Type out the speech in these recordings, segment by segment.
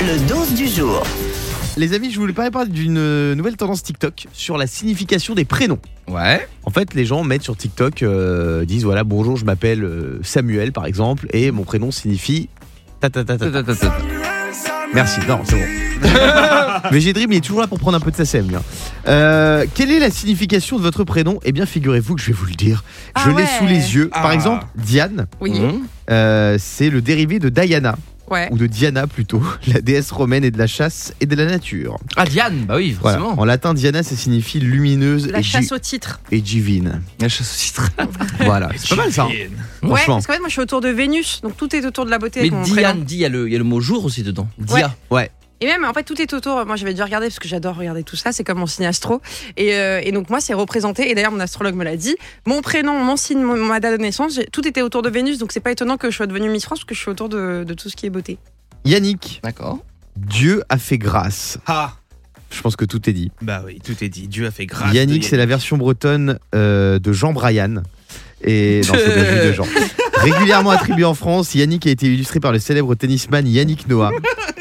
Le dose du jour. Les amis, je voulais parler pas d'une euh, nouvelle tendance TikTok sur la signification des prénoms. Ouais. En fait, les gens mettent sur TikTok, euh, disent voilà, bonjour, je m'appelle euh, Samuel par exemple, et mon prénom signifie ta ta ta ta. ta. Merci, non, c'est bon. Mais j'ai Dream, il est toujours là pour prendre un peu de sa sème. lui, hein. Euh, quelle est la signification de votre prénom Eh bien, figurez-vous que je vais vous le dire. je Ah l'ai ouais. sous les yeux. Par Ah. exemple, Diane, Oui. euh, c'est le dérivé de Diana, Ouais. ou de Diana plutôt, la déesse romaine et de la chasse et de la nature. Ah, Diane, bah oui, Voilà. forcément. En latin, Diana, ça signifie lumineuse La et, chasse di- au titre. et divine. La chasse au titre. Voilà, c'est pas mal ça. hein. Ouais, Franchement. parce qu'en fait, moi, je suis autour de Vénus, donc tout est autour de la beauté Mais avec mon prénom. Diane, Di, il y, a le- il y a le mot jour aussi dedans. Dia. Et même, en fait, tout est autour. Moi, j'avais dû regarder parce que j'adore regarder tout ça. C'est comme mon signe astro. Et, euh, et donc, moi, c'est représenté. Et d'ailleurs, mon astrologue me l'a dit. Mon prénom, mon signe, mon- ma date de naissance, j'ai- tout était autour de Vénus. Donc, c'est pas étonnant que je sois devenue Miss France parce que je suis autour de, de tout ce qui est beauté. Yannick, D'accord. Dieu a fait grâce. Ah, Je pense que tout est dit. bah oui, tout est dit. Dieu a fait grâce. Yannick, c'est la version bretonne euh, de Jean Bryan. Et non, c'est bien vu de Jean. Régulièrement attribué en France, Yannick a été illustré par le célèbre tennisman Yannick Noah.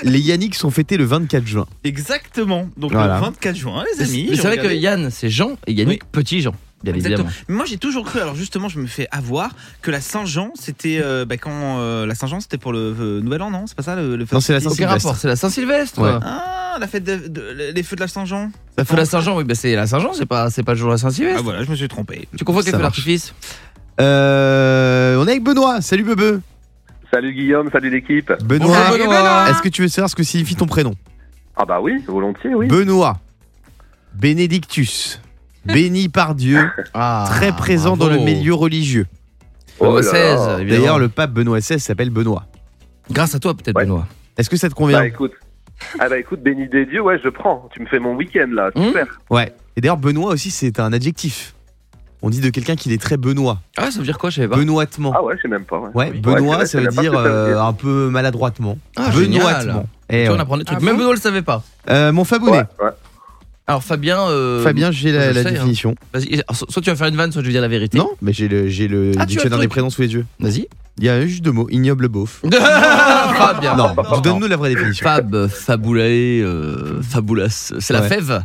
Les Yannick sont fêtés le 24 juin. Exactement. Donc Voilà. le 24 juin, hein, les Mais amis. c'est vrai que regardez. Yann, c'est Jean et Yannick, petit Jean. Bien Exactement. évidemment. Mais moi j'ai toujours cru, alors justement je me fais avoir, que la Saint-Jean c'était euh, bah, quand euh, la Saint-Jean c'était pour le euh, Nouvel An, non C'est pas ça le, le Non, c'est festival la Aucun Saint-Sylvestre. rapport, c'est la Saint-Sylvestre. Ouais. Ah, la fête de, de- les feux de la Saint-Jean. La feu de la Saint-Jean, oui, bah, c'est la Saint-Jean, c'est pas, c'est pas le jour de la Ah Saint-Sylvestre. voilà, je me suis trompé. Tu confonds avec les Ça feux marche. d'artifice Euh, on est avec Benoît. Salut Bebe. Salut Guillaume, salut l'équipe. Benoît, Bonjour, Benoît. Benoît. est-ce que tu veux savoir ce que signifie ton prénom Ah bah oui, volontiers, oui. Benoît, Bénédictus, béni par Dieu, Ah, très présent dans bravo. le milieu religieux. Oh Benoît Euh, là XVI, là. évidemment. D'ailleurs, le pape Benoît XVI s'appelle Benoît. Grâce à toi, peut-être, Ouais. Benoît. Est-ce que ça te convient Bah écoute, ah bah écoute, béni des dieux, ouais, je prends. Tu me fais mon week-end là, Mmh. Hmm super. Ouais. Et d'ailleurs, Benoît aussi, c'est un adjectif. On dit de quelqu'un qu'il est très Benoît, Ah, ça veut dire quoi Je savais pas. benoîtement. Ah ouais, je sais même pas. Ouais. Oh. Ouais, oui. Benoît, Ouais, c'est ça vrai, veut je savais dire pas ce que ça veut euh, dire. un peu maladroitement. Ah, Benoîtement. Eh Tu vois, on ouais. apprend des trucs. Ah Même bon Benoît le savait pas. Euh, mon Fabounet. Ouais, ouais. Alors, Fabien. euh, Fabien, j'ai je la, la sais, hein. définition. Vas-y, alors, so- soit tu vas faire une vanne, soit je vais dire la vérité. Non, mais j'ai le, j'ai le Ah, tu as le dictionnaire des truc. prénoms sous les yeux. Vas-y. Il y a juste deux mots ignoble beauf. Fabien. non, donne-nous la vraie définition. Fab, euh, Faboulé, euh, Fabulas. C'est la Ouais. fève.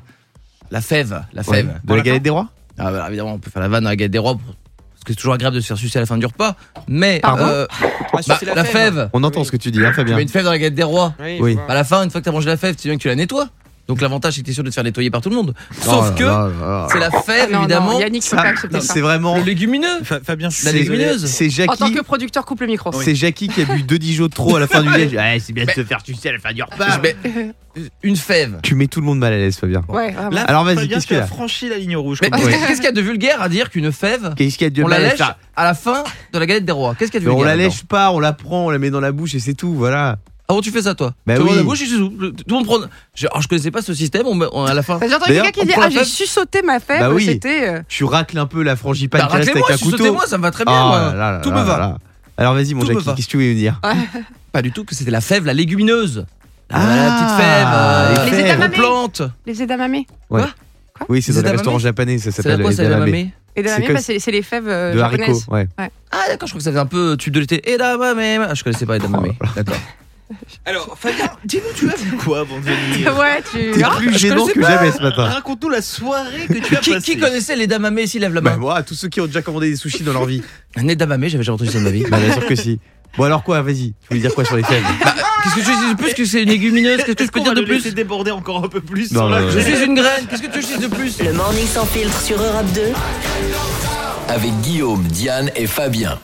La fève, la Ouais. fève. De la galette des rois Ah, bah, évidemment, on peut faire la vanne à la galette des rois pour- parce que c'est toujours agréable de se faire sucer à la fin du repas. Mais Pardon euh, Ah, bah, c'est la fève, On entend ce que tu dis, hein, tu Fabien. mets une fève dans la galette des rois. Bah, Oui. À la fin, une fois que t'as mangé la fève, tu sais bien que tu la nettoies. Donc l'avantage, c'est que t'es sûr de te faire nettoyer par tout le monde. Sauf Oh que là là là. c'est la fève, Ah Non, Ah, évidemment. non, Yannick, je peux Ça- pas accepter ça. C'est vraiment. le légumineux. Fa- Fabien, c'est- La légumineuse. C'est En tant Jackie. que producteur, coupe le micro. C'est Jackie qui a bu deux Dijon de trop à la fin du déj. Ouais, c'est bien de se faire sucer à la fin du repas. Je mets une fève. Tu mets tout le monde mal à l'aise, Fabien. Ouais, vraiment. Là, Alors, vas-y, Fabien, tu qu'est-ce qu'il y as a franchi la ligne rouge. Mais comme qu'est-ce toi. qu'est-ce qu'il y a de vulgaire à dire qu'une fève, Qu'est-ce qu'il y a de on la mal à lèche faire à la fin de la galette des rois Qu'est-ce qu'il y a de Mais ben, on vulgaire la là-dedans lèche pas, on la prend, on la met dans la bouche et c'est tout, voilà. Ah bon, tu fais ça toi Bah Tu oui. ouvres la bouche, et c'est tout Tout le monde prend. Je, alors, je connaissais pas ce système, on, met- on- à la fin. Enfin, J'ai entendu D'ailleurs, quelqu'un on qui dit prend la Ah, j'ai fève. su sauter ma fève. Bah oui. C'était. euh, Tu racles un peu la Bah, frangipane qui reste raclez-moi, avec un couteau. moi ça me va très bien. moi. Ah, là, là, là, Tout là, me là, va. là. Alors vas-y mon Tout me Jackie, va. qu'est-ce que tu voulais nous dire Pas du tout que c'était la fève, la légumineuse. La, Ah, la petite les fève, euh, edamame. les plante. Les edamame. Oui, c'est Les dans le edamame restaurant japonais, ça C'est la s'appelle quoi, ça, edamame. edamame Edamame, quoi, bah, c'est c'est les fèves euh, de haricots, japonaises. ouais. Ah d'accord, je crois que ça faisait un peu tube de l'été. Edamame. Ah, Je connaissais Oh pas edamame. D'accord. Alors, Fabien, dis-nous, tu as fait quoi avant de venir Ouais, tu. T'es Ah, plus je gênant connaissais Ah, que jamais ce matin. Raconte-nous la soirée que tu as Bah. Qui, passée. qui connaissait l'edamame ici lève la Bah main moi, à tous ceux qui ont déjà commandé des sushis dans leur vie. Un edamame, j'avais jamais entendu ça de ma vie. Bah bien sûr que si. Bon alors quoi, vas-y, tu voulais dire quoi sur les fèves Qu'est-ce que je dis de plus que c'est une légumineuse Qu'est-ce que je peux dire de plus déborder encore un peu plus Non, sur la non, non. Je suis une graine. Qu'est-ce que tu dis de plus Le morning sans filtre sur Europe 2. avec Guillaume, Diane et Fabien.